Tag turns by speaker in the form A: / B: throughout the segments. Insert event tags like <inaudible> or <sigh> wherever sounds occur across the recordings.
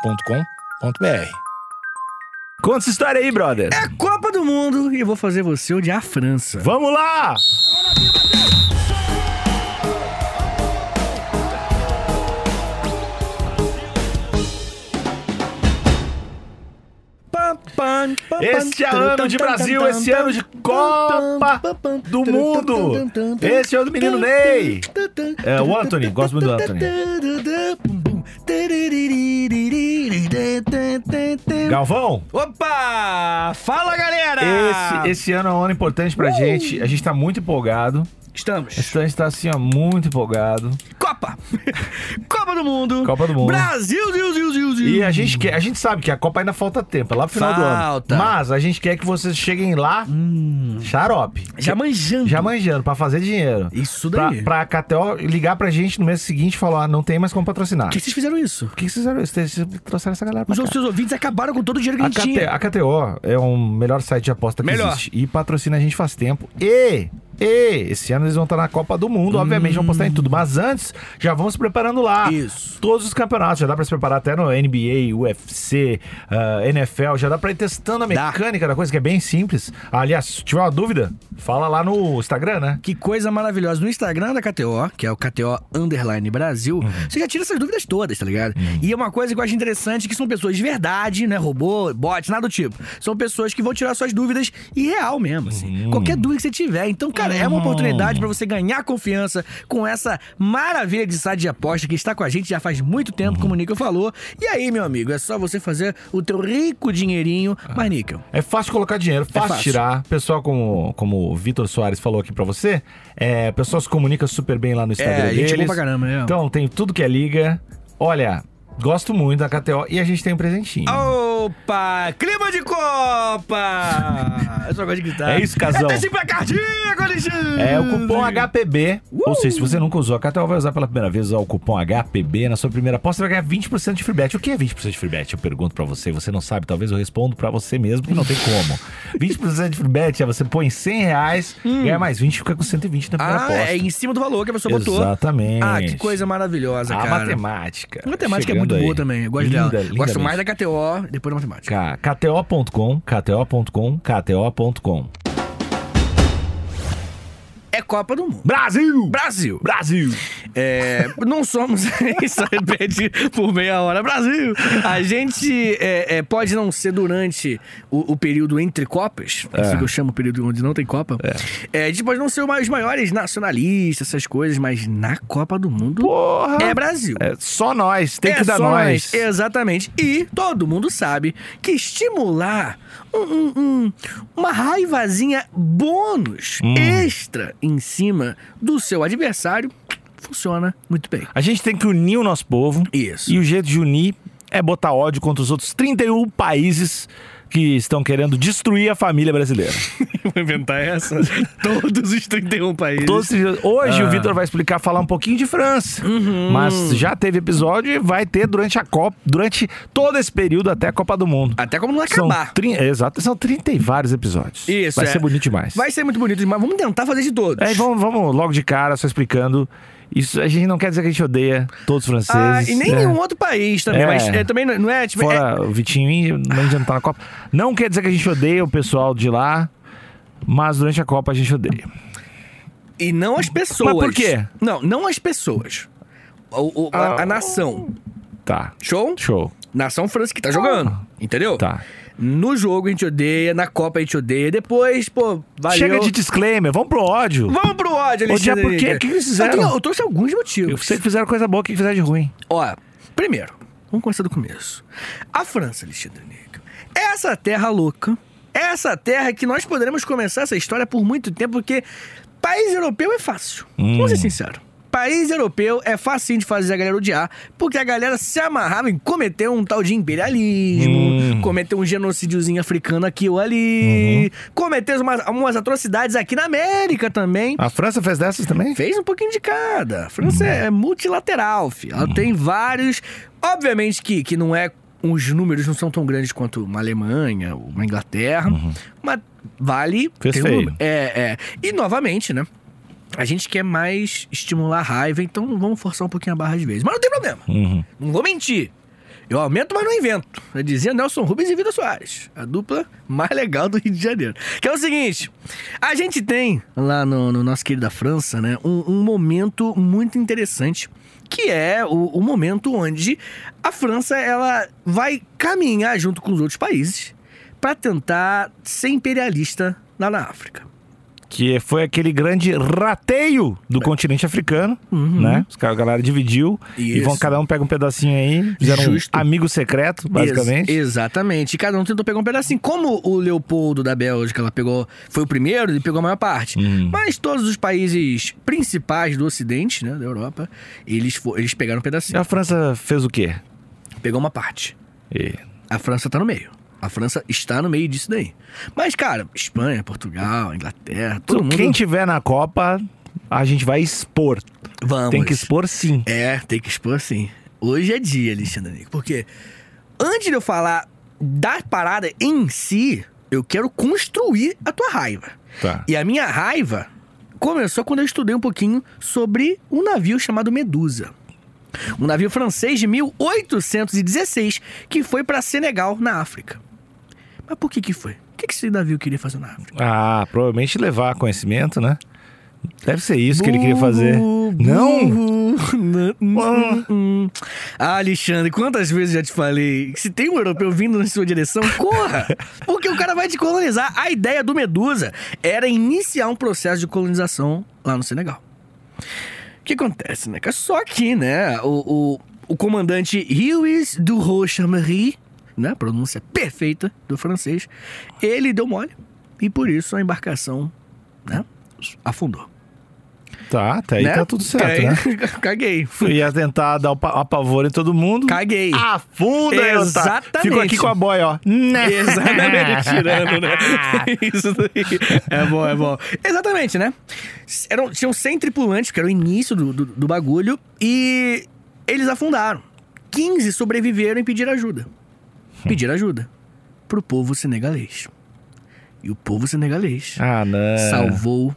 A: agenciadepodcast.com.br.
B: Conta essa história aí, brother.
C: É Copa do Mundo e eu vou fazer você odiar a França.
B: Vamos lá! Este é ano de Brasil, esse ano de Copa do Mundo. Esse é o do menino Ney. É, o Anthony, gosto muito do Anthony. Galvão,
C: Opa! Fala, galera! Ah.
B: esse, esse ano é um ano importante pra gente.
C: Uh.
B: A gente tá muito empolgado.
C: Estamos.
B: A gente tá assim, ó, muito empolgado.
C: Copa! Copa do Mundo!
B: Copa do Mundo.
C: Brasil, Brasil, Brasil, Brasil!
B: E a gente quer, a gente sabe que a Copa ainda falta tempo, é lá pro final
C: Falta. Hum.
B: do ano. Mas a gente quer que vocês cheguem lá xarope.
C: Já manjando.
B: Já manjando, pra fazer dinheiro.
C: Isso
B: Pra,
C: daí.
B: pra KTO ligar pra gente no mês seguinte e falar: ah, não tem mais como patrocinar.
C: Por que vocês fizeram isso?
B: Por que vocês fizeram isso? Vocês trouxeram essa galera pra
C: Os
B: cá.
C: seus ouvintes acabaram com todo o dinheiro que a
B: A,
C: gente
B: KT
C: tinha.
B: a KTO é o melhor site de aposta que
C: Melhor.
B: existe. E patrocina a gente faz tempo. E, e esse ano eles vão estar na Copa do Mundo, obviamente, vão apostar em tudo. Mas antes, já vão se preparando lá.
C: Isso.
B: Todos os campeonatos, já dá pra se preparar até no NBA, UFC, ah, NFL, já dá pra ir testando a
C: Dá.
B: mecânica da coisa, que é bem simples. Aliás, se tiver uma dúvida, fala lá no Instagram, né?
C: Que coisa maravilhosa. No Instagram da KTO, que é o KTO Underline Brasil, você já tira essas dúvidas todas, tá ligado? E é uma coisa que eu acho interessante que são pessoas de verdade, né? Robô, bot, nada do tipo. São pessoas que vão tirar suas dúvidas e real mesmo, assim. Qualquer dúvida que você tiver. Então, cara, é uma oportunidade pra você ganhar confiança com essa maravilha de site de aposta que está com a gente já faz muito tempo, como o Níquel falou. E aí, meu amigo, é só você fazer o teu rico dinheirinho. Mas, Níquel,
B: É fácil colocar dinheiro, fácil,
C: fácil.
B: tirar. Pessoal, como, como o Vitor Soares falou aqui pra você, é, o pessoal se comunica super bem lá no Instagram
C: É, a gente é bom
B: deles.
C: pra caramba, né?
B: Então, tem tudo que é liga. Olha, gosto muito da KTO e a gente tem um presentinho.
C: Opa! Clima de Copa! Eu só gosto de gritar.
B: É isso, casão.
C: É teste pra cardíaco, Alexandre!
B: É o cupom HPB.
C: Uh!
B: Ou seja, se você nunca usou a KTO, vai usar pela primeira vez usar o cupom HPB na sua primeira aposta, vai ganhar 20% de free bet. O que é 20% de free bet? Eu pergunto pra você, você não sabe, talvez eu respondo pra você mesmo, que não tem
C: <laughs>
B: como. 20% de free bet é você põe 100 reais, ganha mais 20, fica com 120 na primeira
C: Hum. Ah,
B: aposta.
C: é em cima do valor que a pessoa botou.
B: Exatamente.
C: Ah, que coisa maravilhosa,
B: A
C: cara.
B: matemática.
C: A matemática é
B: Chegando
C: muito boa
B: aí.
C: também, eu gosto
B: Linda,
C: dela. Gosto mais
B: lindamente.
C: da KTO, depois da matemática.
B: K- KTO.com, KTO.com, KTO.com.
C: É Copa do Mundo.
B: Brasil!
C: Brasil!
B: Brasil!
C: É, não somos. <laughs> Isso repete por meia hora. Brasil! A gente é, é, pode não ser durante o, o período entre Copas, isso que eu chamo o período onde não tem Copa. É, a gente pode não ser uma- os maiores nacionalistas, essas coisas, mas na Copa do Mundo
B: Porra!
C: é Brasil.
B: É só nós, tem
C: É
B: que dar
C: só
B: nós.
C: Exatamente. E todo mundo sabe que estimular um- um- um- uma raivazinha bônus
B: Hum.
C: extra em cima do seu adversário funciona muito bem.
B: A gente tem que unir o nosso povo. <laughs>
C: Isso.
B: E o jeito de unir é botar ódio contra os outros 31 países que estão querendo destruir a família brasileira.
C: Vou inventar essa? <laughs> Todos os 31 países.
B: Todos esses dias-
C: Ah.
B: Hoje o Vitor vai explicar, falar um pouquinho de França.
C: Uhum.
B: Mas já teve episódio e vai ter durante a Copa, durante todo esse período até a Copa do Mundo.
C: Até como não
B: São
C: acabar.
B: trin- é, Exato, são 30 e vários episódios.
C: Isso,
B: Vai
C: é.
B: ser bonito demais.
C: Vai ser muito bonito, mas vamos tentar fazer de todos.
B: É, e vamos, vamos logo de cara, só explicando. Isso, a gente não quer dizer que a gente odeia todos os
C: Ah,
B: franceses.
C: e nem
B: né?
C: nenhum outro país também,
B: É.
C: mas é, também não não é tipo. é-
B: Fora o Vitinho e não adianta tá na Copa. Não quer dizer que a gente odeia o pessoal de lá, mas durante a Copa a gente odeia.
C: E não as pessoas.
B: Mas por quê? Ah.
C: Não, não as pessoas. O- o- a- a, nação.
B: Tá.
C: Show?
B: Show.
C: Nação França que tá jogando. Entendeu?
B: Tá.
C: No jogo a gente odeia, na Copa a gente odeia. Depois, pô, valeu.
B: Chega de disclaimer, vamos pro ódio.
C: Vamos pro ódio,
B: Odiar
C: Alexandre.
B: por quê?
C: Henrique.
B: O que que eles fizeram?
C: Eu, tenho- eu trouxe alguns
B: Eu
C: motivos.
B: sei que fizeram coisa boa, o que fizeram de ruim.
C: Ó, primeiro, vamos começar do começo. A França, Alexandre Negro. Essa terra louca. Essa terra que nós poderemos começar essa história por muito tempo, porque país europeu é fácil. Vamos ser sinceros. País europeu é facinho de fazer a galera odiar, porque a galera se amarrava em cometer um tal de imperialismo, cometer um genocídiozinho africano aqui ou ali, cometer umas, umas atrocidades aqui na América também.
B: A França fez dessas também? Hum.
C: Fez um pouquinho de cada. A França é multilateral, filho. Ela tem vários. Obviamente que, que não é. Os números não são tão grandes quanto uma Alemanha, uma Inglaterra, mas vale.
B: Uhum. Fez
C: ter um
B: feio.
C: número. É, é. E novamente, né? A gente quer mais estimular a raiva, então vamos forçar um pouquinho a barra às vezes. Mas não tem problema.
B: Uhum.
C: Não vou mentir. Eu aumento, mas não invento. Já dizia Nelson Rubens e Vida Soares. A dupla mais legal do Rio de Janeiro. Que é o seguinte: a gente tem lá no, no nosso querido da França, né? Um, um momento muito interessante. Que é o, o momento onde a França ela vai caminhar junto com os outros países para tentar ser imperialista lá na África.
B: Que foi aquele grande rateio do continente africano, né? Os caras, a galera dividiu e
C: Uhum. Isso.
B: vão, cada um pega um pedacinho aí. Fizeram
C: Justo.
B: um amigo secreto, basicamente.
C: Ex- exatamente. E cada um tentou pegar um pedacinho. Como o Leopoldo da Bélgica, ela pegou, foi o primeiro, ele pegou a maior parte.
B: Hum.
C: Mas todos os países principais do Ocidente, né, da Europa, eles, fo- eles pegaram um
B: E
C: pedacinho.
B: a França fez o quê?
C: Pegou uma parte.
B: E-
C: A França tá no meio. A França está no meio disso daí. Mas, cara, Espanha, Portugal, Inglaterra, todo
B: Então,
C: mundo...
B: Quem tiver na Copa, a gente vai expor.
C: Vamos.
B: Tem que expor sim.
C: É, tem que expor sim. Hoje é dia, Alexandre Nico, porque antes de eu falar da parada em si, eu quero construir a tua raiva.
B: Tá.
C: E a minha raiva começou quando eu estudei um pouquinho sobre um navio chamado Medusa. Um navio francês de 1816 que foi para Senegal, na África. Mas por que que foi? O que que esse navio queria fazer na África?
B: Ah, provavelmente levar conhecimento, né? Deve ser isso que ele queria fazer.
C: Burro,
B: Não?
C: burro. Não, hum, hum. Ah, Alexandre, quantas vezes eu já te falei que se tem um europeu vindo na sua direção, corra! Porque o cara vai te colonizar. A ideia do Medusa era iniciar um processo de colonização lá no Senegal. O que acontece, né? cara? Só que, né, o, o, o comandante Hugues du Rochamery, né, pronúncia perfeita do francês, ele deu mole e por isso a embarcação, né, afundou.
B: Tá, até aí
C: Né?
B: tá tudo certo,
C: Aí,
B: né?
C: <laughs> Caguei. Fui.
B: Ia tentar dar o pa- apavoro em todo mundo.
C: Caguei. <laughs>
B: Afunda,
C: Exatamente.
B: Exatamente. Fico aqui com a boia, ó. Né?
C: Exatamente, tirando, né? Isso daí. É bom, é bom. Exatamente, né? Eram, tinham 100 tripulantes, que era o início do, do, do bagulho, e eles afundaram. 15 sobreviveram e pediram ajuda. Pediram ajuda pro povo senegalês. E o povo senegalês
B: Ah, não.
C: salvou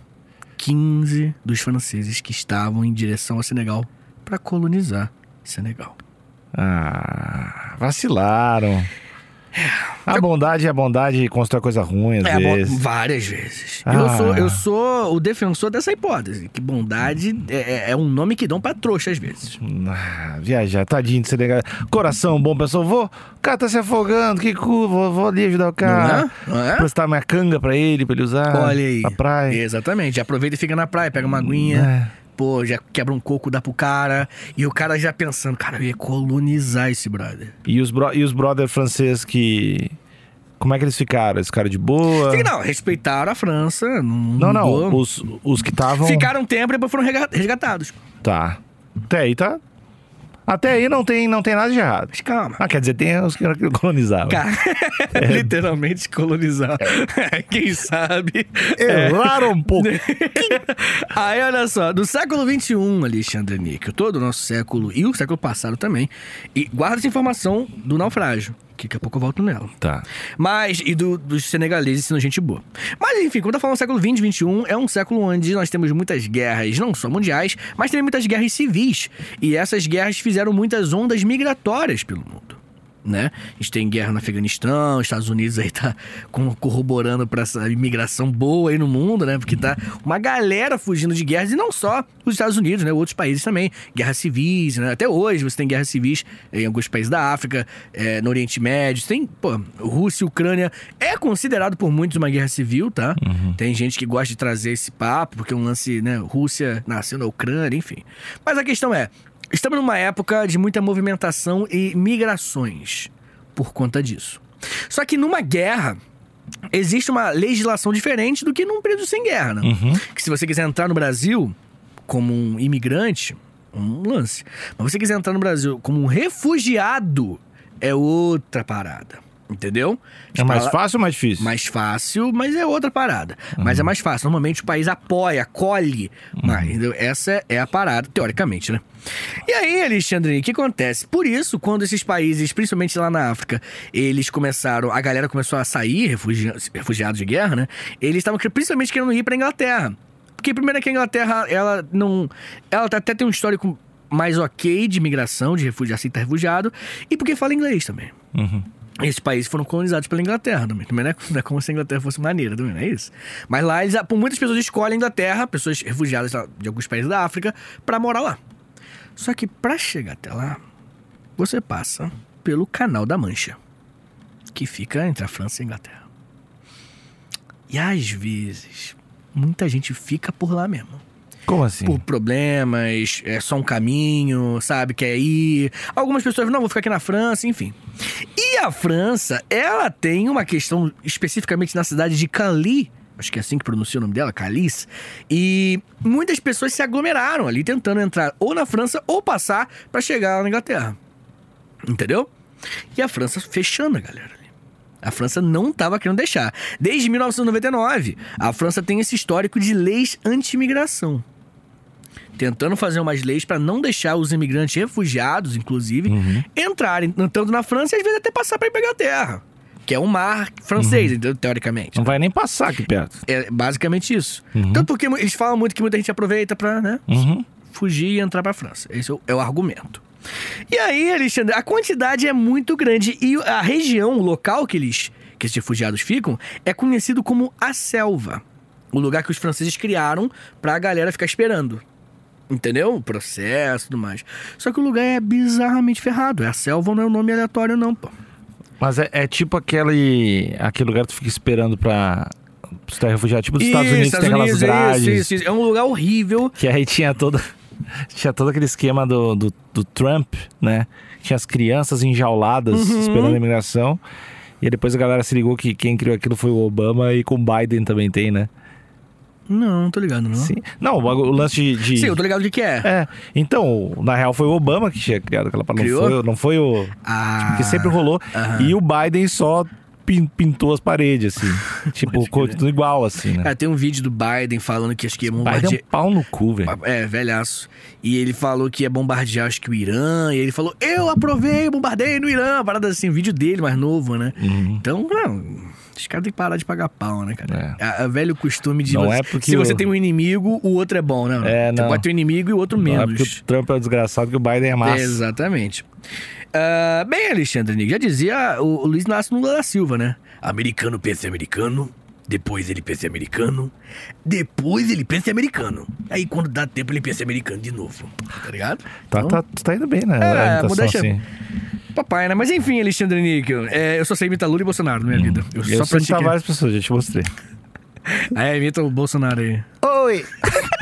C: 15 dos franceses que estavam em direção ao Senegal para colonizar Senegal.
B: Ah, vacilaram. A bondade é a bondade constrói coisa ruim, às
C: É, bom,
B: vezes.
C: várias vezes.
B: Ah.
C: Eu, sou, eu sou o defensor dessa hipótese, que bondade é, é- é um nome que dão pra trouxa às vezes.
B: Ah, viajar, tadinho de Senegal. Coração bom, pessoal. Vou. O cara tá se afogando, que cu, vou, vou ali ajudar o cara.
C: Não é? Não é?
B: Prestar minha canga pra ele, pra ele usar.
C: Olha aí.
B: Na praia.
C: Exatamente. Já aproveita e fica na praia, pega uma aguinha.
B: É.
C: Pô, já quebra um coco, dá pro cara. E o cara já pensando, cara, eu ia colonizar esse brother.
B: E os, bro... e os brother francês que. Como é que eles ficaram? Eles ficaram de boa?
C: Fica- Não, respeitaram a França.
B: Ah. Não,
C: mudou.
B: não. Os, os que estavam.
C: Ficaram um tempo e depois foram rega- resgatados.
B: Tá. Até aí tá. Até aí não tem, não tem nada de errado.
C: Mas calma.
B: Ah, quer dizer, tem os que colonizavam.
C: Cara, <laughs> literalmente colonizar.
B: É.
C: <laughs> Quem sabe?
B: Erraram um <laughs> pouco.
C: Aí, olha só, do século XXI, Alexandre Níquel, todo o nosso século e o século passado também. E guarda essa informação do naufrágio, que daqui a pouco eu volto nela.
B: Tá.
C: Mas, e do- dos senegaleses sendo gente boa. Mas, enfim, quando eu falo século XX, XXI, é um século onde nós temos muitas guerras, não só mundiais, mas também muitas guerras civis. E essas guerras fizeram muitas ondas migratórias pelo mundo. Né? A gente tem guerra no Afeganistão, os Estados Unidos aí tá com- corroborando para essa imigração boa aí no mundo, né? Porque tá uma galera fugindo de guerras e não só os Estados Unidos, né? Outros países também, guerras civis, né? Até hoje você tem guerras civis em alguns países da África, eh, no Oriente Médio, tem, pô, Rússia e Ucrânia é considerado por muitos uma guerra civil, tá?
B: Uhum.
C: Tem gente que gosta de trazer esse papo, porque é um lance, né? Rússia nasceu na Ucrânia, enfim. Mas a questão é, Estamos numa época de muita movimentação e migrações por conta disso. Só que numa guerra, existe uma legislação diferente do que num período sem guerra, né?
B: Uhum.
C: Que se você quiser entrar no Brasil como um imigrante, um lance. Mas você quiser entrar no Brasil como um refugiado, é outra parada. Entendeu?
B: É mais
C: Fala-
B: fácil ou mais difícil?
C: mais fácil, mas é outra parada. Mas é mais fácil. Normalmente o país apoia, acolhe. Mas entendeu? essa é a parada, teoricamente, né? E aí, Alexandre, o que acontece? Por isso, quando esses países, principalmente lá na África, eles começaram. A galera começou a sair, refugia- refugiados de guerra, né? Eles estavam que- principalmente querendo ir pra Inglaterra. Porque porque primeiro é que a Inglaterra, ela não. Ela tá- até tem um histórico mais ok de imigração, de refúgio, aceita refugiado, e porque fala inglês também. Esses países foram colonizados pela Inglaterra também. Também não é, não é como se a Inglaterra fosse maneira, também não é isso. Mas lá, eles, por muitas pessoas escolhem a Inglaterra, pessoas refugiadas lá de alguns países da África, pra morar lá. Só que pra chegar até lá, você passa pelo Canal da Mancha, que fica entre a França e a Inglaterra. E às vezes, muita gente fica por lá mesmo.
B: Como assim?
C: Por problemas, é só um caminho, sabe? Quer ir. Algumas pessoas, não, vou ficar aqui na França, enfim. E a França, ela tem uma questão especificamente na cidade de Calais. Acho que é assim que pronuncia o nome dela, Calais. E muitas pessoas se aglomeraram ali, tentando entrar ou na França ou passar pra chegar lá na Inglaterra. Entendeu? E a França fechando a galera ali. A França não estava querendo deixar. Desde 1999, a França tem esse histórico de leis anti-imigração. Tentando fazer umas leis para não deixar os imigrantes refugiados, inclusive,
B: Uhum.
C: entrarem tanto na França e às vezes até passar para a Inglaterra, que é um mar francês, entendeu? teoricamente.
B: Uhum. Não vai Uhum. nem passar aqui perto.
C: É basicamente isso. Tanto porque mu- eles falam muito que muita gente aproveita para, né?
B: Uhum.
C: fugir e entrar pra França. Esse é o, é o argumento. E aí, Alexandre, a quantidade é muito grande e a região, o local que eles, que esses refugiados ficam, é conhecido como a selva. O lugar que os franceses criaram pra galera ficar esperando. Entendeu? O processo e tudo mais. Só que o lugar é bizarramente ferrado. É a selva, não é um nome aleatório, não, pô.
B: Mas é, é tipo aquele, aquele lugar que tu fica esperando pra. Tu tá refugiado, tipo dos Estados
C: Isso,
B: Unidos, tem aquelas grades.
C: isso, isso, isso. É um lugar horrível.
B: Que aí tinha todo, <laughs> tinha todo aquele esquema do, do, do Trump, né? Tinha as crianças enjauladas
C: Uhum.
B: esperando a imigração. E aí depois a galera se ligou que quem criou aquilo foi o Obama e com o Biden também tem, né?
C: Não, não tô ligado, não. Sim,
B: Sim. Não, o bagu- o lance de. de-
C: eu tô ligado o que, que é.
B: É. Então, na real foi o Obama que tinha criado aquela parada. Não
C: Criou?
B: foi, o- não foi o.
C: Ah,
B: Porque Tipo, sempre rolou. E o Biden só pin- pintou as paredes,
C: <laughs>
B: assim. tipo, continua igual, assim, né?
C: Cara, tem um vídeo do Biden falando que acho que é
B: Biden é
C: bombardear.
B: um pau no cu, velho.
C: É, velhaço. E ele falou que ia bombardear, acho que o Irã. E ele falou, eu aprovei, bombardei no Irã. uma Parada assim, vídeo dele mais novo, né?
B: Uhum.
C: Então, não, os caras têm que parar de pagar pau, né, cara? É. o velho costume de.
B: Não
C: você-
B: é porque
C: se você
B: o-
C: tem um inimigo, o outro é bom, né?
B: É,
C: Você
B: não.
C: pode ter um inimigo e o outro
B: Não
C: menos.
B: é porque o Trump é o desgraçado que o Biden é massa.
C: Exatamente. Ah, bem, Alexandre Nick, já dizia o, o Luiz Inácio Lula da Silva, né? Americano pensa em americano, depois ele pensa em americano, depois ele pensa em americano. Aí quando dá tempo ele pensa em americano de novo, tá ligado?
B: Tá,
C: Então,
B: tá, tu tá indo bem, né?
C: É,
B: Alimentação,
C: modéstia-
B: assim.
C: Papai, né? Mas enfim, Alexandre Níquel, é, eu só sei imitar Lula e Bolsonaro na minha vida. Eu,
B: Eu
C: só
B: só
C: pratiquei...
B: várias pessoas, já te mostrei.
C: <laughs> É, imita o Bolsonaro aí.
B: Oi!
C: <laughs>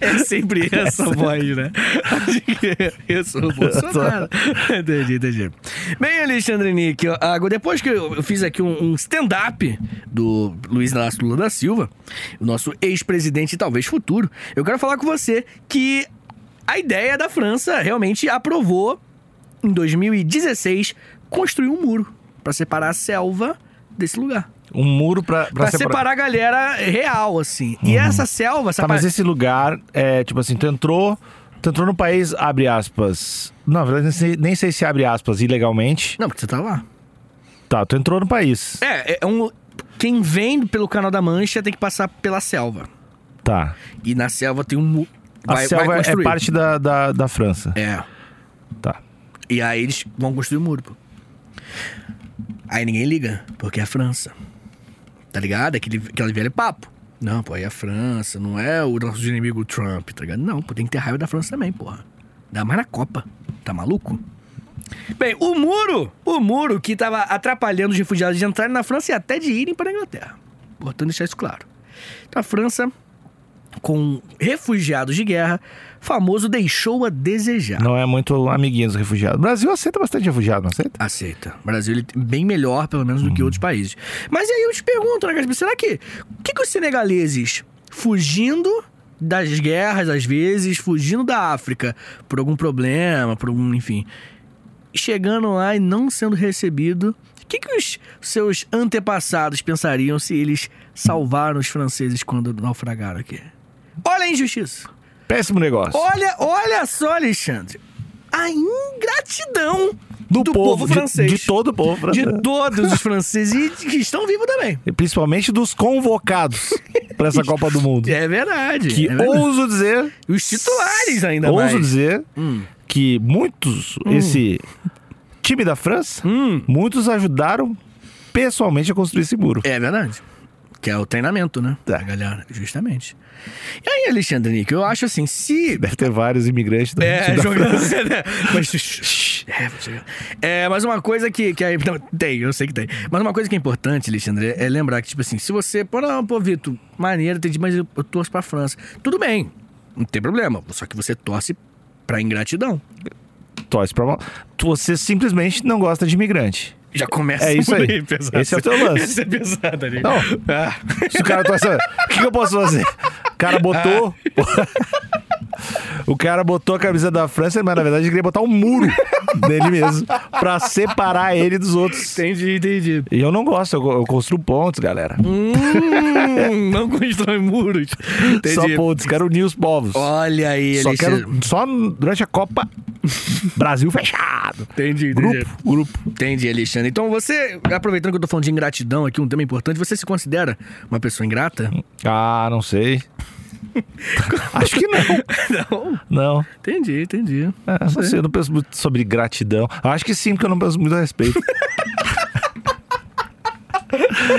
C: É sempre essa voz, né? Acho que Eu sou o Bolsonaro. entendi, entendi. Bem, Alexandre Nick, ó, agora, depois que eu eu fiz aqui um, um stand-up do Luiz Inácio Lula da Silva, o nosso ex-presidente e talvez futuro, eu quero falar com você que a ideia da França realmente aprovou, em 2016, construir um muro para separar a selva desse lugar.
B: Um muro pra, pra,
C: Pra separar a galera real, assim. E essa selva, essa
B: Tá, mas
C: pa-
B: esse lugar é tipo assim, tu entrou, tu entrou no país, abre aspas. Não, na verdade, nem sei, nem sei se abre aspas ilegalmente.
C: Não, porque você tá lá.
B: Tá, tu entrou no país.
C: É, é um. Quem vem pelo canal da Mancha tem que passar pela selva.
B: Tá.
C: E na selva tem um. mu-
B: A
C: Vai,
B: selva
C: vai
B: é
C: construir.
B: parte da, da, da França.
C: É.
B: Tá.
C: E aí eles vão construir o muro, pô. Aí ninguém liga, porque é a França. Tá ligado? Aquele, aquele velho papo. Não, pô, aí é a França, não é o nosso inimigo o Trump, tá ligado? Não, pô, tem que ter raiva da França também, porra. Dá mais na Copa. Tá maluco? Bem, o muro, o muro que tava atrapalhando os refugiados de entrarem na França e até de irem para a Inglaterra. Importante deixar isso claro. Então a França, com refugiados de guerra, famoso deixou a desejar.
B: Não é muito amiguinho dos refugiados. O Brasil aceita bastante refugiado, não aceita?
C: Aceita. O Brasil ele é bem melhor, pelo menos, do que outros países. Mas aí eu te pergunto, né, Gaspar, será que... O que, que os senegaleses, fugindo das guerras, às vezes, fugindo da África, por algum problema, por algum... Enfim, chegando lá e não sendo recebido, o que, que os seus antepassados pensariam se eles salvaram os franceses quando naufragaram aqui? Olha a injustiça.
B: Péssimo negócio.
C: Olha, olha só, Alexandre. A ingratidão
B: Do,
C: Do
B: povo,
C: povo
B: de-
C: francês.
B: De, todo o povo
C: <laughs> De
B: francês.
C: todos os franceses e que estão vivos também.
B: E Principalmente dos convocados pra
C: <laughs>
B: essa Copa do Mundo.
C: É verdade.
B: Que
C: é verdade.
B: ouso dizer.
C: Os titulares ainda
B: Ouso
C: mais. Hum.
B: dizer que muitos, esse time da França, muitos ajudaram pessoalmente a construir esse muro.
C: É verdade. Que é o treinamento, né?
B: Tá.
C: Da galera, justamente. E aí, Alexandre Nick, eu acho
B: <laughs>
C: assim, se.
B: Deve ter vários imigrantes do time
C: É,
B: da
C: jogando.
B: França.
C: né? <laughs> Mas, é, vou chegar. é, mas uma coisa que. que aí, não, tem, eu sei que tem. Mas uma coisa que é importante, Alexandre, é lembrar que, tipo assim, se você. Pô, não, pô, Vitor, maneiro, entendi, mas eu, eu torço pra França. Tudo bem, não tem problema. Só que você torce pra ingratidão.
B: Torce pra mal. Você simplesmente não gosta de imigrante.
C: Já começa
B: É isso
C: por
B: aí.
C: pesado.
B: Esse é o teu lance.
C: <laughs> Esse é pesado ali.
B: Não.
C: Ah,
B: Se o cara torce. O que, que eu posso fazer? O cara botou. <laughs> O cara botou a camisa da França, mas na verdade ele queria botar um muro dele mesmo. Pra separar ele dos outros.
C: Entendi, entendi.
B: E eu não gosto, eu, eu construo pontos, galera.
C: Hum, não constrói muros. Entendi.
B: Só pontos, quero unir os povos.
C: Olha aí,
B: só
C: Alexandre.
B: quero. Só durante a Copa. Brasil fechado.
C: Entendi, entendi.
B: Grupo, grupo.
C: Entendi, Alexandre. Então você, aproveitando que eu tô falando de ingratidão aqui, um tema importante, você se considera uma pessoa ingrata?
B: Ah, não sei. <laughs> Acho que não.
C: <laughs> Não.
B: Não.
C: Entendi, entendi.
B: É, não sei, eu não penso muito sobre gratidão. Acho que sim, porque eu não penso muito a respeito.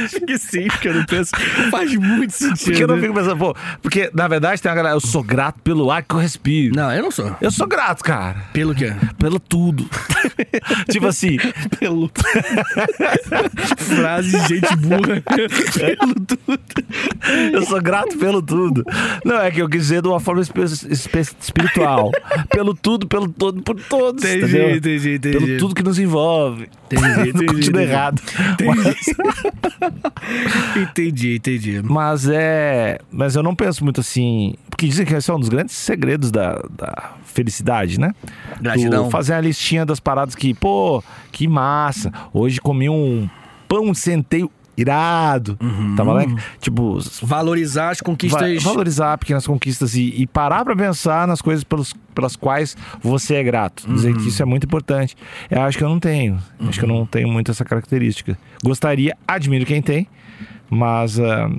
C: Acho que sim, porque eu não penso. <laughs> Faz muito sentido.
B: <laughs> Porque eu não fico pensando, pô, porque na verdade tem uma galera, eu sou grato pelo ar que eu respiro.
C: Não, eu não sou.
B: Eu sou grato, cara.
C: Pelo quê?
B: Pelo tudo. <laughs> tipo assim,
C: Pelo. <laughs> Frase de gente burra. <laughs> Pelo tudo.
B: eu sou grato pelo tudo. Não, é que eu quis dizer de uma forma espe- espe-
C: <laughs>
B: espiritual. pelo tudo, pelo todo, por todos. entendeu?
C: entendi, entendi.
B: Pelo tudo que nos envolve. <laughs>
C: Entendi,
B: Não
C: entendi,
B: continua
C: entendi.
B: errado.
C: <laughs> Entendi, entendi.
B: Mas é. Mas eu não penso muito assim. Porque dizem que esse é um dos grandes segredos da, da felicidade, né?
C: Gratidão.
B: Tu fazer a listinha das paradas que, pô, que massa. Hoje comi um pão de centeio irado. Tava lá, tipo,
C: Valorizar as
B: va-
C: conquistas.
B: valorizar pequenas conquistas e, e parar pra pensar nas coisas pelos, pelas quais você é grato. Dizer
C: Uhum.
B: que isso é muito importante. Eu acho que eu não tenho. Acho que eu não tenho muito essa característica. Gostaria, admiro quem tem, mas. ah,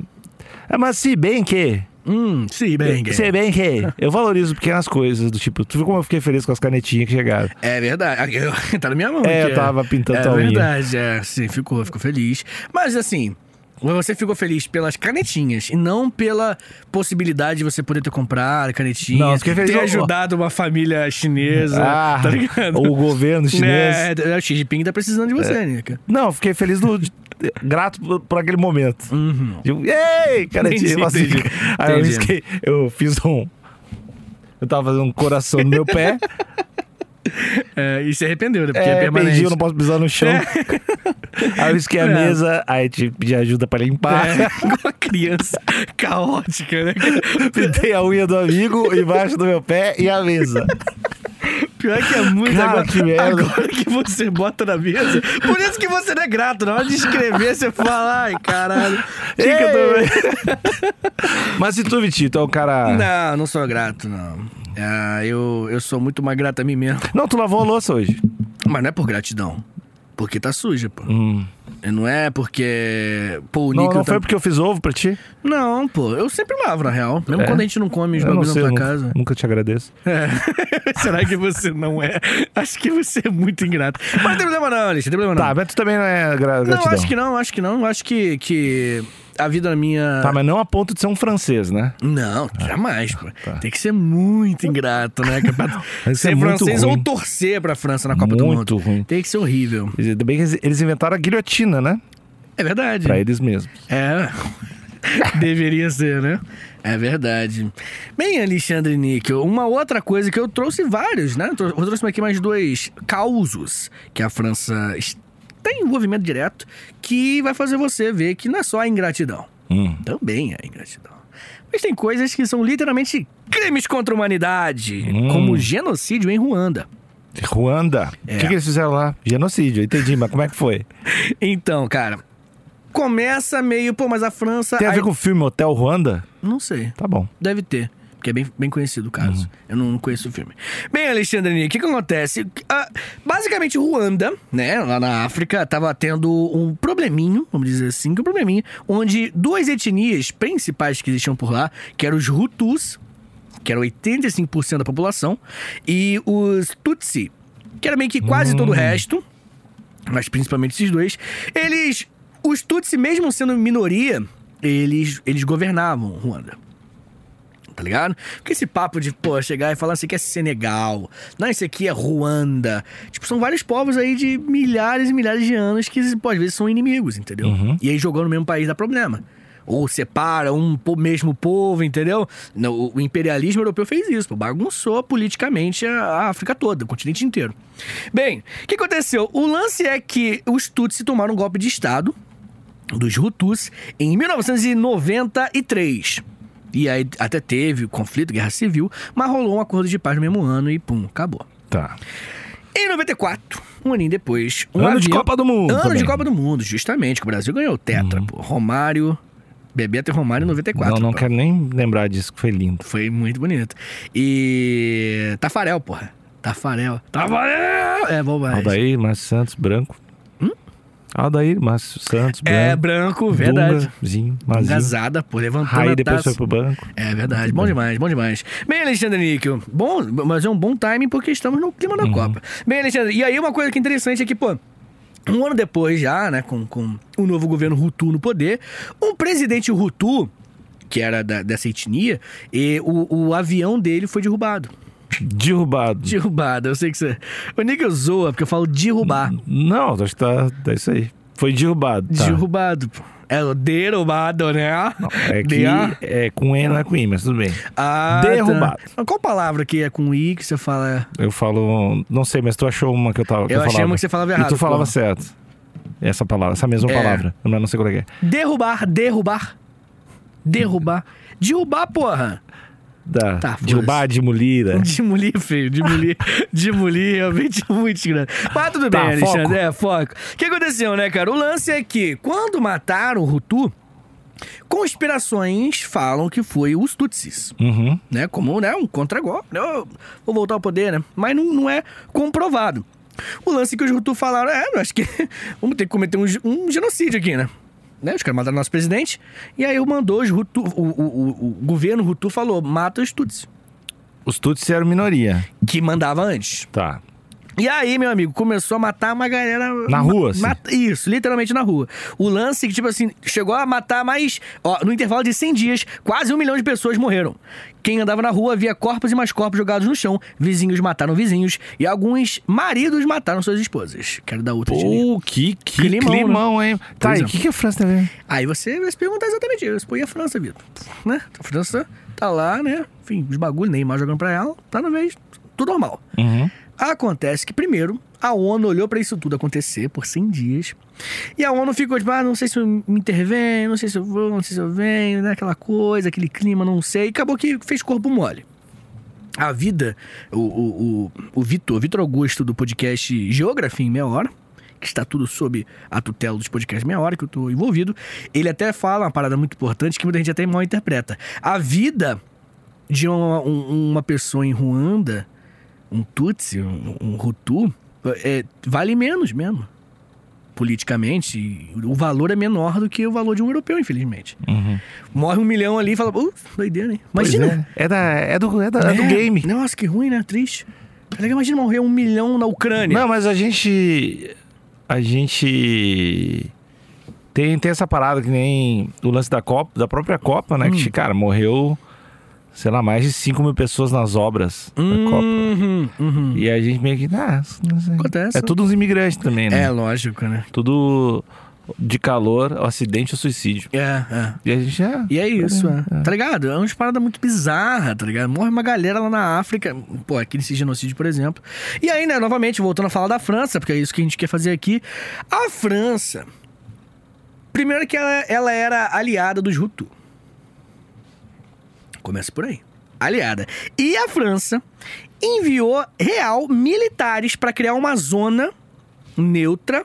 B: é, mas se bem que.
C: Hum,
B: É,
C: sim, bem.
B: Se bem que. Eu valorizo pequenas coisas, do tipo, tu viu como eu fiquei feliz com as canetinhas que chegaram?
C: É verdade. Aqui, eu- <laughs> tá na minha mão.
B: É,
C: aqui,
B: eu tava pintando
C: É
B: tua unha.
C: verdade, é. Sim, ficou, ficou feliz. Mas assim, você ficou feliz pelas canetinhas e não pela possibilidade de você poder ter comprado canetinha.
B: Não, eu fiquei feliz-
C: Ter
B: eu-
C: ajudado uma família chinesa.
B: Ah,
C: tá ligado?
B: o governo chinês. É.
C: É, é, o Xi Jinping tá precisando de você, Nica.
B: Não, eu fiquei feliz do. de- grato por, por aquele momento. Tipo, ei, cara,
C: Uhum. Entendi,
B: tipo assim,
C: entendi.
B: <laughs> Aí eu
C: Entendi.
B: risquei, eu fiz um. Eu tava fazendo um coração no meu
C: <laughs>
B: pé.
C: É, e se arrependeu, né? Porque é,
B: é,
C: permanente.
B: perdi, eu não posso pisar no
C: <laughs>
B: chão. Aí eu risquei a
C: É.
B: mesa, aí te pedi ajuda pra limpar.
C: É, <laughs> uma criança caótica, né?
B: <laughs> Pintei a unha do amigo embaixo do meu pé e a mesa.
C: Pior que é muito
B: Cara,
C: agora,
B: que merda.
C: agora que você bota na mesa. Por isso que você não é grato. Na hora de escrever, você fala, ai, caralho. <laughs> que que eu tô
B: Ei! <laughs> Mas e tu, Vitinho, tu é um cara. Não.
C: Não, não sou grato, não. Ah, eu, eu sou muito mais grato a mim mesmo.
B: tu lavou a louça hoje.
C: Mas não é por gratidão. Porque tá suja, pô.
B: Hum.
C: Não é porque. Pô, o
B: Não,
C: Nico
B: não foi
C: tá...
B: porque eu fiz ovo pra ti?
C: Não, pô. Eu sempre lavo, na real. Mesmo
B: É?
C: quando a gente não come os
B: Eu não
C: bagulhos na
B: sei, eu
C: tua
B: nunca-
C: casa.
B: nunca te agradeço.
C: É. <laughs> Será que você não é? Acho que você é muito ingrato. Mas não tem problema, não, Alice. Não tem problema, não.
B: Tá, mas tu também não é gra
C: Não,
B: gratidão.
C: acho que não, acho que não. Acho que, que a vida minha.
B: Tá, mas não a ponto de ser um francês, né?
C: Não, jamais, pô. Tem que ser muito ingrato, né? Que é pra
B: tá. que
C: ser
B: ser muito
C: francês
B: ruim.
C: ou torcer pra França na Copa do Mundo.
B: Muito ruim.
C: Tem que ser horrível.
B: Ainda bem que eles- eles inventaram a guilhotina, né?
C: É verdade.
B: Pra eles mesmos.
C: <laughs> É. Deveria ser, né? É verdade. Bem, Alexandre Níquel, uma outra coisa que eu trouxe vários, né? Eu trou- Eu trouxe aqui mais dois causos que a França es- tem envolvimento direto que vai fazer você ver que não é só a ingratidão.
B: Hum.
C: Também é ingratidão. Mas tem coisas que são literalmente crimes contra a humanidade,
B: Hum.
C: como o genocídio em Ruanda.
B: Ruanda. O
C: É.
B: que, que eles fizeram lá? Genocídio, eu entendi, mas como é que
C: <laughs>
B: foi?
C: Então, cara, começa meio, pô, mas a França.
B: Tem a
C: aí-
B: ver com o filme Hotel Ruanda?
C: Não sei,
B: Tá bom.
C: deve ter. Porque é bem, bem conhecido o caso. Eu não, não conheço o filme. Bem, Alexandre, Nick, o que, que acontece? Ah, basicamente, Ruanda, né, lá na África, tava tendo um probleminho, vamos dizer assim, que um probleminha, onde duas etnias principais que existiam por lá, que eram os Hutus, que eram 85% da população, e os Tutsi, que era meio que quase todo o resto, mas principalmente esses dois, eles. Os Tutsi, mesmo sendo minoria, eles, eles governavam Ruanda. Tá ligado? Porque esse papo de, pô, chegar e falar isso aqui é Senegal, não, isso aqui é Ruanda. Tipo, são vários povos aí de milhares e milhares de anos que, pô, às vezes são inimigos, entendeu? E aí jogando no mesmo país dá problema. Ou separa um po- mesmo povo, entendeu? Não, o- o imperialismo europeu fez isso, pô, bagunçou politicamente a- a África toda, o continente inteiro. Bem, o que aconteceu? O lance é que os Tutsi tomaram um golpe de Estado dos Hutus em 1993. E aí até teve o conflito, guerra civil, mas rolou um acordo de paz no mesmo ano e pum, acabou.
B: Tá.
C: Em 94, um aninho depois, um
B: ano de
C: avião-
B: Copa do Mundo.
C: Ano de
B: também. Hum.
C: Copa do Mundo, justamente, que o Brasil ganhou o Tetra, pô. Romário, Bebeto e Romário em 94.
B: Não, não
C: pô.
B: quero nem lembrar disso, que foi lindo.
C: Foi muito bonito. E. Tafarel, porra. Tafarel. Tafarel! É bom mais.
B: Aldair, Márcio Santos, branco. Aldair, Márcio Santos, branco.
C: Hum? É branco, verdade.
B: Dungazinho, Mazinho.
C: Gazada, pô, levantando
B: Raí
C: a
B: depois
C: taça.
B: foi pro banco.
C: É verdade, bom demais, bom demais. Bem, Alexandre Níquel, bom, mas é um bom timing porque estamos no clima da
B: Uhum.
C: Copa. Bem, Alexandre, e aí uma coisa que é interessante é que, pô, um ano depois já, né, com, com o novo governo Hutu no poder, um presidente Hutu, que era da- dessa etnia, e o, o avião dele foi derrubado.
B: Derrubado.
C: Derrubado, eu sei que você... O Níquel zoa porque eu falo derrubar.
B: Não, acho que tá, tá isso aí. Foi derrubado. Hum, Tá.
C: Derrubado, pô. É o derrubado, né?
B: É que
C: D-A.
B: é com E, não é com I, mas tudo bem.
C: Ah,
B: Derrubado.
C: tá. Qual palavra que é com I que você fala...
B: Eu falo. Não sei, mas tu achou uma que eu tava. que
C: Eu achei
B: falava.
C: uma que você falava errado,
B: E tu falava
C: porra.
B: certo. Essa palavra, essa mesma
C: É.
B: palavra. Mas não sei qual é que é.
C: Derrubar, derrubar. Derrubar. Derrubar, porra.
B: Da,
C: Tá,
B: derrubar, demolir. né?
C: Demolir, feio. Demolir. Demolir, realmente é muito grande. Mas tudo
B: Tá,
C: bem, Alexandre.
B: foco.
C: É, foco. O que aconteceu, né, cara? O lance é que quando mataram o Hutu, conspirações falam que foi os Tutsis.
B: Uhum.
C: né? Como né, um contragolpe, né? Eu Vou voltar ao poder, né? Mas não, não é comprovado. O lance que os Hutu falaram é, eu acho que <laughs> vamos ter que cometer um, ge- um genocídio aqui, né? né? Os caras mataram nosso presidente. E aí mandou os Hutu, o, o- o- o governo Hutu falou, mata os Tutsis.
B: Os Tutsis eram minoria.
C: Que mandava antes.
B: Tá.
C: E aí, meu amigo, começou a matar uma galera.
B: Na
C: ma-
B: rua, assim?
C: mata- Isso, literalmente na rua. O lance que, tipo assim, chegou a matar mais. Ó, no intervalo de 100 dias, quase um milhão de pessoas morreram. Quem andava na rua via corpos e mais corpos jogados no chão. Vizinhos mataram vizinhos. E alguns maridos mataram suas esposas. Quero dar outra de mim.
B: Pô, que, que
C: Climão,
B: climão,
C: né?
B: hein? Tá,
C: Pois
B: e
C: é.
B: o que, que a França tá vendo?
C: Aí você vai se perguntar exatamente isso. Pô, e a França, Vitor? Né? A França tá lá, né? Enfim, os bagulho, Neymar jogando pra ela. Tá na vez. Tudo normal.
B: Uhum.
C: Acontece que, primeiro, a ONU olhou pra isso tudo acontecer por 100 dias. E a ONU ficou tipo, ah, não sei se eu me intervenho, não sei se eu vou, não sei se eu venho, né? Aquela coisa, aquele clima, não sei. E acabou que fez corpo mole. A vida, o, o, o, o Vitor, Vitor Augusto, do podcast Geografia em Meia Hora, que está tudo sob a tutela dos podcasts Meia Hora, que eu estou envolvido, ele até fala uma parada muito importante que muita gente até mal interpreta. A vida de uma, um- uma pessoa em Ruanda, um Tutsi, um, um Hutu, é, vale menos mesmo. Politicamente, e o valor é menor do que o valor de um europeu, infelizmente.
B: Uhum.
C: Morre um milhão ali e fala, uh, doideira, hein?
B: Pois
C: Imagina,
B: É, é, da, é, do, é, da, é do
C: é.
B: game.
C: Nossa, que ruim, né? Triste. Tá legal, imagina morrer um milhão na Ucrânia.
B: Não, mas a gente. A gente. Tem, tem essa parada que nem o lance da Copa, da própria Copa, né?
C: Hum.
B: Que, cara, morreu, sei lá, mais de 5 mil pessoas nas obras da Copa.
C: Uhum, uhum.
B: E a gente meio que. Ah, não sei.
C: Acontece. né?
B: É tudo uns imigrantes também, né?
C: É, lógico, né?
B: Tudo de calor, o acidente ou suicídio.
C: É, é.
B: E a gente é.
C: E é isso, é. Tá ligado? É umas paradas muito bizarras, tá ligado? Morre uma galera lá na África, pô, aqui nesse genocídio, por exemplo. E aí, né, novamente, voltando a falar da França, porque é isso que a gente quer fazer aqui. A França. Primeiro que ela, ela era aliada dos Hutu. Começa por aí. Aliada. E a França enviou real militares pra criar uma zona neutra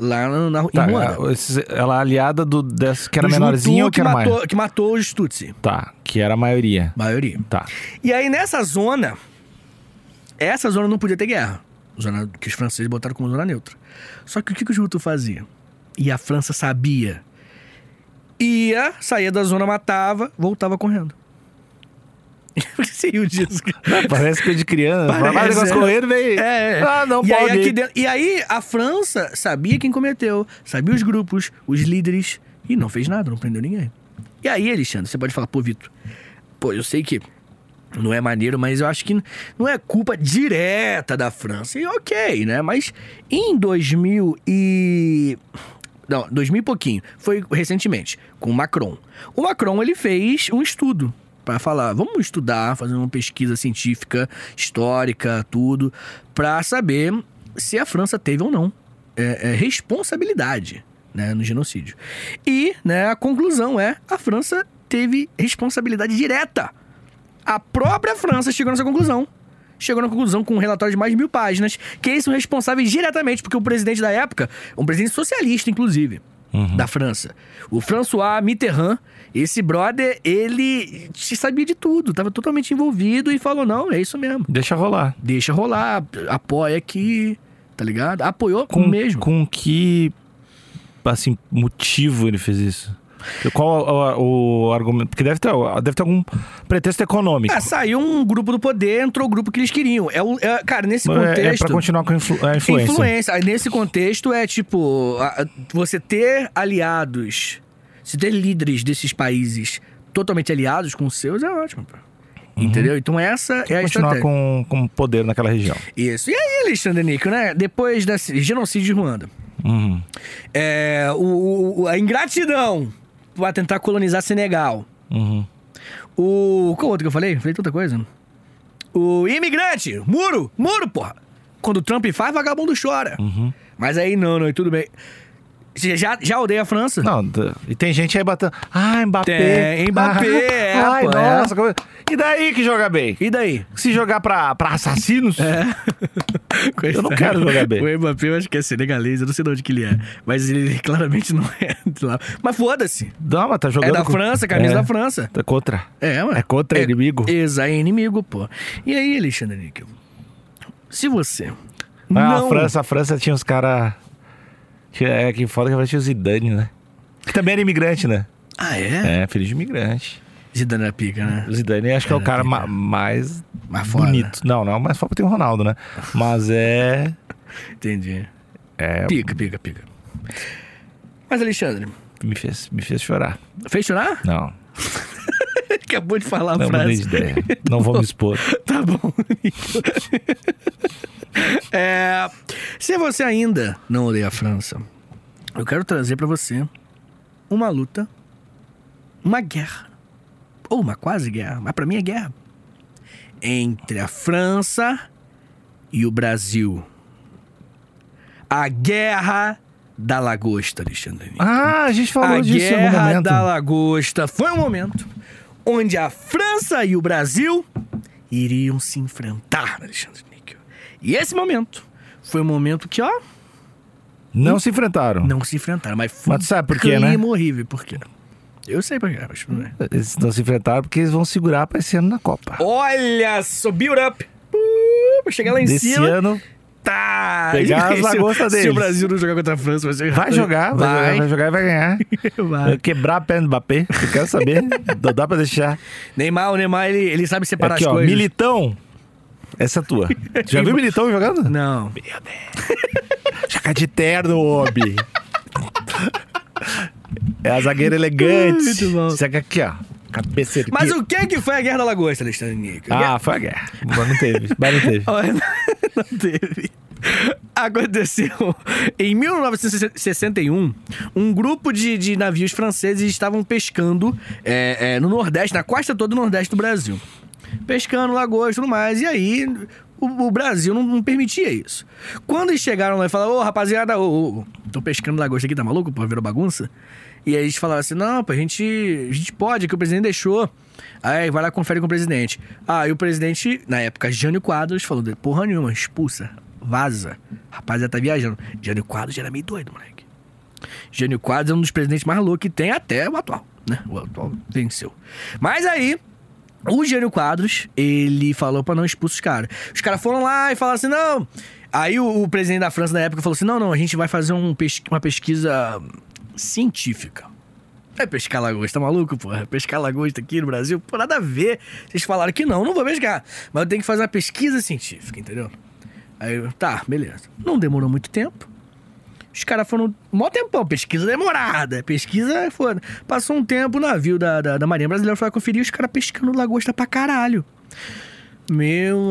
C: Lá na, na,
B: Tá,
C: em Ruanda.
B: ela, esses- ela é aliada do, dessa que era
C: Do Hutu
B: menorzinha ou que era
C: matou,
B: mais?
C: Que matou os Tutsi,
B: Tá, que era a maioria.
C: maioria.
B: Tá.
C: E aí, nessa zona, essa zona não podia ter guerra. Zona que os franceses botaram como zona neutra. Só que o que, que os Hutus faziam? E a França sabia. Ia, saía da zona, matava, voltava correndo. <laughs> Por que você riu disso?
B: <laughs>
C: cara?
B: Parece que de criança. né?
C: Parece,
B: Vai negócio
C: é.
B: correndo, vem.
C: É, é.
B: Ah, não
C: e
B: pode.
C: Aí aqui dentro- e aí a França sabia quem cometeu, sabia os grupos, os líderes, e não fez nada, não prendeu ninguém. E aí, Alexandre, você pode falar, pô, Vitor, pô, eu sei que não é maneiro, mas eu acho que não é culpa direta da França. E ok, né? Mas em 2000 e... Não, 2000 e pouquinho. Foi recentemente, com o Macron. O Macron, ele fez um estudo para falar, vamos estudar, fazer uma pesquisa científica, histórica, tudo, para saber se a França teve ou não é, é, responsabilidade né, no genocídio. E né, a conclusão é, a França teve responsabilidade direta a própria França chegou nessa conclusão. Chegou na conclusão com um relatório de mais de mil páginas, que eles são responsáveis diretamente, porque o presidente da época, um presidente socialista, inclusive,
B: Uhum.
C: da França, o François Mitterrand, esse brother, ele se sabia de tudo, estava totalmente envolvido e falou: não, é isso mesmo.
B: Deixa rolar.
C: Deixa rolar, apoia aqui, tá ligado? Apoiou
B: Com,
C: mesmo.
B: com que assim, motivo ele fez isso? Qual o, o argumento? Porque deve ter, deve ter algum pretexto econômico.
C: Ah, saiu um grupo do poder, entrou o grupo que eles queriam. É, o- é- cara, nesse
B: É, é
C: contexto. É
B: pra continuar com a, influ- a influência.
C: Aí, Nesse contexto é tipo a- a- você ter aliados, se ter líderes desses países totalmente aliados com os seus é ótimo. pô. Entendeu? Então essa é a
B: Uhum. continuar
C: estratégia.
B: com, com poder naquela região.
C: Isso. E aí, Alexandre Nico, né? Depois desse genocídio de Ruanda,
B: Uhum.
C: é, o- o- a ingratidão pra tentar colonizar Senegal.
B: Uhum.
C: O. Qual outro que eu falei? Falei tanta coisa. O imigrante! Muro! Muro, porra! Quando o Trump faz, vagabundo chora.
B: Uhum.
C: Mas aí não, não, e tudo bem. Você já, já odeia a França?
B: Não, d- e tem gente aí batendo. Ah, Mbappé.
C: Tem, Mbappé, é,
B: <laughs> Ai,
C: pô, é.
B: nossa. como- E daí que joga bem?
C: E daí?
B: Se jogar pra, pra assassinos?
C: É.
B: Eu não quero jogar bem.
C: <laughs> O Mbappé, eu acho que é senegalês, eu não sei de onde que ele é. Mas ele <laughs> claramente não é de lá. Mas foda-se.
B: Não, mas tá
C: É
B: jogando.
C: da
B: com-
C: França, camisa
B: É,
C: da França.
B: Tá contra.
C: É, mano.
B: É contra inimigo.
C: Exa, é inimigo, pô. E aí, Alexandre Níquel? Se você.
B: Ah,
C: não...
B: A França, a França tinha os caras. É que foda que a França tinha o Zidane, né? Que também era imigrante, né?
C: Ah, é?
B: É, filho de imigrante.
C: Zidane era pica, né?
B: O Zidane acho que é o cara ma- mais
C: Mas foda.
B: bonito. Não, não, mas foda tem o Ronaldo, né? Mas é.
C: Entendi.
B: É.
C: Pica, pica, pica. Mas, Alexandre,
B: Me fez, me fez chorar.
C: fez chorar?
B: Não,
C: Acabou de falar a
B: não mudei de
C: frase.
B: ideia. Não vou me
C: <laughs>
B: expor.
C: Tá bom. É, se você ainda não odeia a França, eu quero trazer pra você uma luta, uma guerra, ou uma quase guerra, mas pra mim é guerra, entre a França e o Brasil. A guerra da lagosta, Alexandre. Nico
B: Ah, a gente falou
C: a
B: disso em algum
C: Guerra
B: momento.
C: da Lagosta foi um momento onde a França e o Brasil iriam se enfrentar, Alexandre Níquel. E esse momento foi um momento que, ó,
B: Não se enfrentaram.
C: não se enfrentaram, mas foi
B: Mas tu sabe por quê,
C: um
B: né?
C: clima horrível. Por quê? Eu sei por quê, mas tudo bem.
B: Eles não se enfrentaram porque eles vão segurar pra esse ano na Copa.
C: Olha, subiu up. Pra chegar lá em
B: Desse
C: cima.
B: ano
C: Tá. <laughs>
B: pegar as
C: Se-
B: lagostas
C: Se o
B: deles.
C: Brasil não jogar contra a França, vai ser...
B: vai jogar, vai, jogar, vai jogar e vai ganhar.
C: <laughs> vai.
B: Eu <laughs> quebrar a perna do Mbappé, eu quero saber. <laughs> não dá pra deixar.
C: Neymar, o Neymar, ele, ele sabe separar
B: Aqui,
C: as
B: ó,
C: coisas.
B: Militão. Essa é tua. Já viu Militão
C: <laughs>
B: jogando?
C: Não.
B: Chaca de terno, Obi. <laughs> É a zagueira elegante.
C: Muito bom.
B: Chega aqui, ó. Cabeça de
C: Mas
B: pi-
C: o que que foi a Guerra da Lagosta, Alexandre Nico?
B: Ah, foi a guerra. Mas não teve. Mas não teve.
C: Olha, <laughs> Não teve. Aconteceu. <laughs> Em 1961, um grupo de, de navios franceses estavam pescando é, é, no Nordeste, na costa toda do Nordeste do Brasil. Pescando lagoas e tudo mais. E aí, o, o Brasil não, não permitia isso. Quando eles chegaram lá e falaram, ô rapaziada, ô, ô, ô, tô pescando lagosta aqui, tá maluco? Pô, virou bagunça. E aí eles falaram assim, não, pô, a gente, a gente pode, que o presidente deixou. Aí vai lá, Ah, confere com o presidente. Aí o presidente, na época, Jânio Quadros, falou, porra nenhuma, expulsa. vaza. Rapaz, já tá viajando. Jânio Quadros já era meio doido, moleque. Jânio Quadros é um dos presidentes mais loucos que tem até o atual, né? O atual venceu. Mas aí, o Jânio Quadros, ele falou pra não expulsar os caras. Os caras foram lá e falaram assim, não... Aí o, o presidente da França na época falou assim, não, não, a gente vai fazer um pesqui- uma pesquisa científica. É pescar lagosta, tá maluco, porra? Pescar lagosta aqui no Brasil, pô, nada a ver. Vocês falaram que não, não vou pescar. Mas eu tenho que fazer uma pesquisa científica, entendeu? Aí eu, tá, beleza. Não demorou muito tempo. Os caras foram. um Mó tempão, pesquisa demorada. Pesquisa foda. Passou um tempo, o navio da, da, da Marinha Brasileira foi lá conferir os caras pescando lagosta pra caralho. Meu.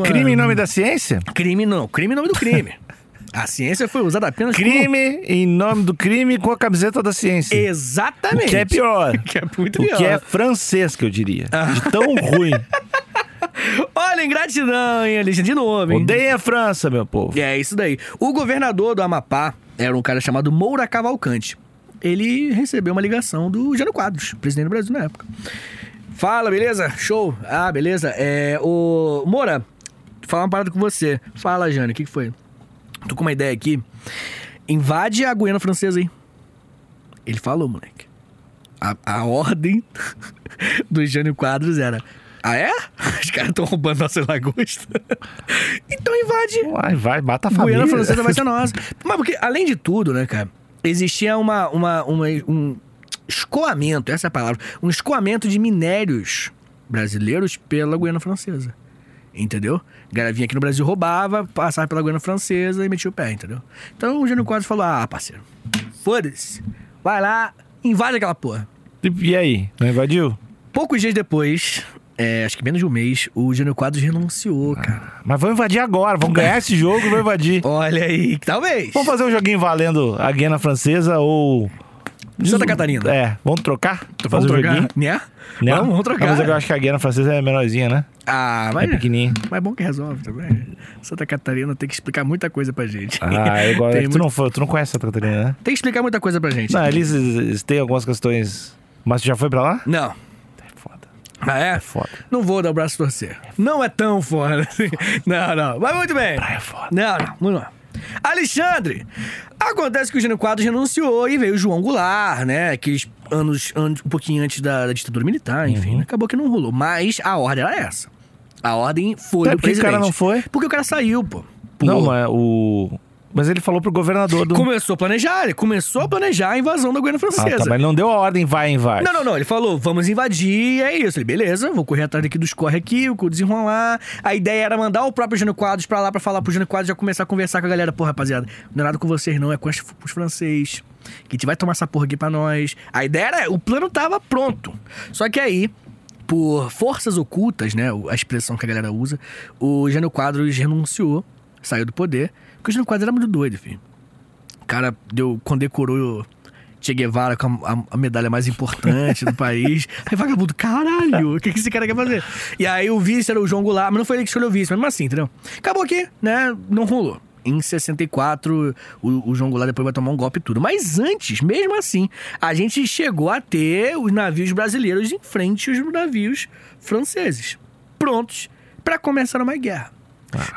B: <laughs> Crime em
C: amigo.
B: nome da ciência?
C: Crime não. Crime em nome do crime.
B: <laughs>
C: A ciência foi usada apenas como-
B: Crime em nome do crime com a camiseta da ciência. O
C: Exatamente.
B: que é pior.
C: <laughs> O que é muito
B: O
C: pior.
B: que é francês, que eu diria. De
C: <laughs>
B: tão ruim.
C: Olha, ingratidão, hein, Alexandre? De novo, hein?
B: Odeiem a França, meu povo.
C: É isso daí. O governador do Amapá era um cara chamado Moura Cavalcante. Ele recebeu uma ligação do Jânio Quadros, presidente do Brasil na época. Fala, beleza? Show. Ah, beleza. É, o Moura, falar uma parada com você. Fala, Jânio, o que, que foi? Tô com uma ideia aqui. Invade a Guiana Francesa aí. Ele falou, moleque. A, a ordem <laughs> do Jânio Quadros era... Ah, é? <laughs> Os caras estão roubando nossa lagosta. <laughs> então invade
B: Vai, vai, mata a
C: Guiana
B: família.
C: Francesa
B: <laughs>
C: é vai ser nossa. Mas porque, além de tudo, né, cara, existia uma, uma, uma- um escoamento, essa é a palavra, um escoamento de minérios brasileiros pela Guiana Francesa. Entendeu? A galera vinha aqui no Brasil, roubava, passava pela Guiana Francesa e metia o pé, entendeu? Então o Jânio Quadros falou, ah, parceiro, foda-se, vai lá, invade aquela porra.
B: E aí, não invadiu?
C: Poucos dias depois, é, acho que menos de um mês, o Jânio Quadros renunciou,
B: Ah.
C: cara.
B: Mas vão invadir agora, vão ganhar esse jogo e vão invadir.
C: Olha aí, talvez.
B: Vamos fazer um joguinho valendo a Guiana Francesa ou.
C: Santa Catarina.
B: É, vamos trocar?
C: Vamos
B: Fazer um
C: trocar,
B: joguinho?
C: né?
B: Né?
C: Vamos, vamos trocar.
B: Mas é que eu acho que a Guiana Francesa é menorzinha, né?
C: Ah, mas
B: É pequenininha.
C: mas bom que resolve também. Santa Catarina tem que explicar muita coisa pra gente.
B: Ah, eu gosto.
C: <laughs> tem,
B: tu,
C: muito-
B: não, foi- tu não conhece Santa Catarina, né?
C: <laughs> tem que explicar muita coisa pra gente.
B: Não, eles, eles têm algumas questões. Mas tu já foi pra lá?
C: Não.
B: É foda.
C: Ah, é?
B: É foda.
C: Não vou dar o braço a torcer. Não é tão foda
B: <laughs>
C: assim. Não, não. Mas muito bem.
B: Praia é foda.
C: Não, não, vamos lá. Alexandre! Acontece que o Jânio Quadros renunciou e veio o João Goulart, né? Aqueles anos, anos um pouquinho antes da, da ditadura militar, enfim.
B: Uhum.
C: né? Acabou que não rolou. Mas a ordem era essa. A ordem foi
B: Tá,
C: do
B: por que que o cara
C: presidente.
B: não foi?
C: Porque o cara saiu, pô. Por-
B: Não, mas o. Mas ele falou pro governador do.
C: Começou a planejar, ele começou a planejar a invasão da Guiana
B: Ah, tá,
C: Francesa.
B: mas ele não deu a ordem, vai, invade.
C: Não, não, não. Ele falou, vamos invadir, é isso. Ele, beleza, vou correr atrás daqui dos corre aqui, vou desenrolar. A ideia era mandar o próprio Jânio Quadros pra lá pra falar pro Jânio Quadros já começar a conversar com a galera. Pô, rapaziada, não é nada com vocês não, é com as- com os francês. Que a gente vai tomar essa porra aqui pra nós. A ideia era, o plano tava pronto. Só que aí, por forças ocultas, né, o- a expressão que a galera usa, o Jânio Quadros renunciou, saiu do poder, porque o Jânio Quadros era muito doido, filho. O cara deu, condecorou o Che Guevara com a, a- a medalha mais importante do país. Aí vagabundo, caralho, o que, que esse cara quer fazer? E aí o vice era o João Goulart, mas não foi ele que escolheu o vice, mas mesmo assim, entendeu? Acabou aqui, né? Não rolou. Em 64, o, o João Goulart depois vai tomar um golpe e tudo. Mas antes, mesmo assim, a gente chegou a ter os navios brasileiros em frente aos navios franceses. Prontos pra começar uma guerra.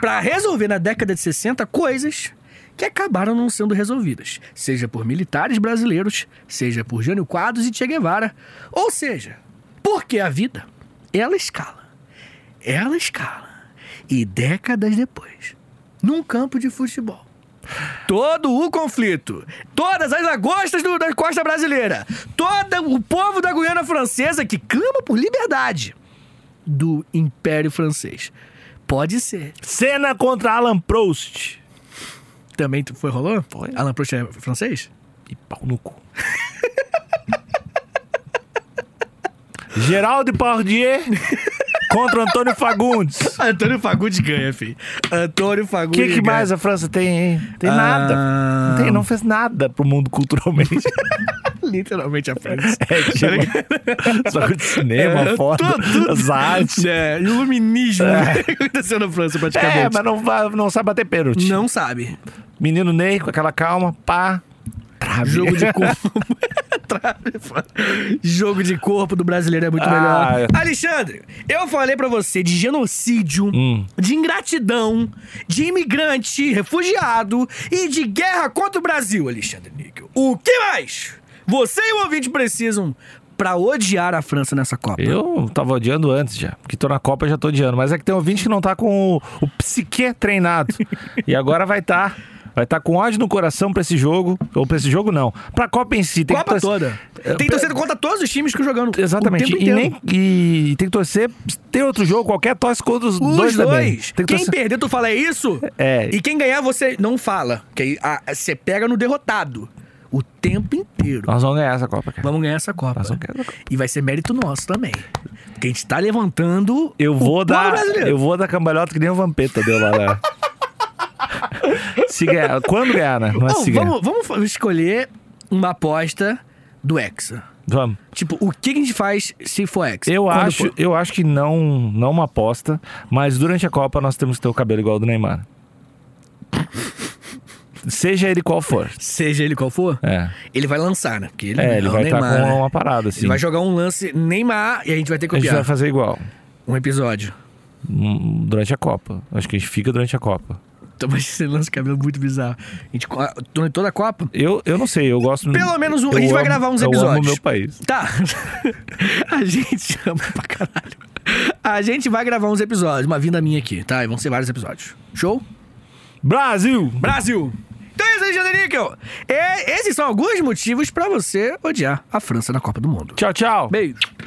C: Pra resolver na década de 60 coisas que acabaram não sendo resolvidas, seja por militares brasileiros, seja por Jânio Quadros e Che Guevara, ou seja, porque a vida, ela escala, ela escala, e décadas depois, num campo de futebol, todo o conflito, todas as lagostas do- da costa brasileira, todo o povo da Guiana Francesa que clama por liberdade do Império Francês. Pode ser.
B: Cena contra Alan Proust.
C: Também tu- foi rolou? Foi. Alan Proust é francês?
B: E pau no <laughs> cu. Geraldo Pardier contra Antônio <laughs> Fagundes.
C: <laughs> Antônio Fagundes ganha, filho. Antônio
B: O
C: Fagundes
B: que, que mais a França tem, hein? Tem
C: Ah.
B: nada. Não, tem, não fez nada pro mundo <laughs> culturalmente.
C: Literalmente a <laughs> frente.
B: É, tipo, só de cinema,
C: É,
B: foto,
C: tudo.
B: as artes.
C: É, iluminismo. O que <laughs> aconteceu na França,
B: <laughs> É,
C: praticamente.
B: mas não, vai- não sabe bater pênalti.
C: Não sabe.
B: <laughs> Menino Ney, com aquela calma, pá. Trave.
C: Jogo de corpo. trave. pô. <laughs> Jogo de corpo do brasileiro é muito
B: Ah,
C: melhor. Alexandre, eu falei pra você de genocídio,
B: Hum.
C: de ingratidão, de imigrante, refugiado e de guerra contra o Brasil, Alexandre Níquel. O que mais você e o ouvinte precisam pra odiar a França nessa Copa?
B: Eu tava odiando antes já, porque tô na Copa já tô odiando. Mas é que tem ouvinte que não tá com o, o psique treinado. e agora vai tá. Vai tá com ódio no coração pra esse jogo. Ou pra esse jogo, não. Pra Copa em si. Tem que
C: Copa
B: torcer- É,
C: toda. Tem torcida contra todos os times que estão jogando.
B: Exatamente.
C: O tempo
B: e,
C: inteiro.
B: nem, e tem que torcer. Tem outro jogo, qualquer torce contra os
C: Os
B: dois,
C: dois.
B: também. Tem que
C: Quem
B: torcer.
C: perder, tu fala é isso?
B: É.
C: E quem ganhar, você não fala. Porque aí ah, você pega no derrotado. O tempo inteiro.
B: Nós vamos ganhar essa Copa, cara.
C: Vamos ganhar essa Copa.
B: Nós vamos ganhar essa
C: E vai ser mérito nosso também. Porque a gente tá levantando.
B: Eu
C: o
B: vou
C: povo
B: dar.
C: brasileiro.
B: Eu vou dar cambalhota que nem o Vampeta deu lá.
C: <laughs>
B: né? se ganhar. Quando ganhar, né? Não é
C: Bom,
B: se ganhar.
C: vamos, vamos fa- escolher uma aposta do Hexa.
B: Vamos.
C: Tipo, o que que a gente faz se for Hexa?
B: Eu
C: Quando
B: acho,
C: for?
B: eu acho que não, não uma aposta, mas durante a Copa nós temos que ter o cabelo igual ao do
C: <laughs>
B: Neymar. Seja ele qual for.
C: Seja ele qual for,
B: É,
C: ele vai lançar, né? Porque ele,
B: é ele
C: é o
B: vai estar
C: Neymar,
B: com
C: né?
B: uma parada assim.
C: Ele vai jogar um lance Neymar e a gente vai ter que
B: a gente vai
C: copiar
B: fazer igual
C: um episódio.
B: hum, durante a Copa. Acho que a gente fica durante a Copa.
C: Então vai ser lance de cabelo muito bizarro. A gente co- ah, durante toda a Copa.
B: Eu, eu não sei, eu gosto.
C: Pelo menos um- a
B: eu
C: gente vai
B: amo-
C: gravar uns
B: Eu amo
C: episódios.
B: meu país.
C: Tá. <laughs> a gente ama pra caralho. A gente vai gravar uns episódios, uma vinda minha aqui, tá? E vão ser vários episódios. Show?
B: Brasil!
C: Brasil! Então é isso aí, Jander Níquel. É, esses são alguns motivos pra você odiar a França na Copa do Mundo.
B: Tchau, tchau.
C: Beijo.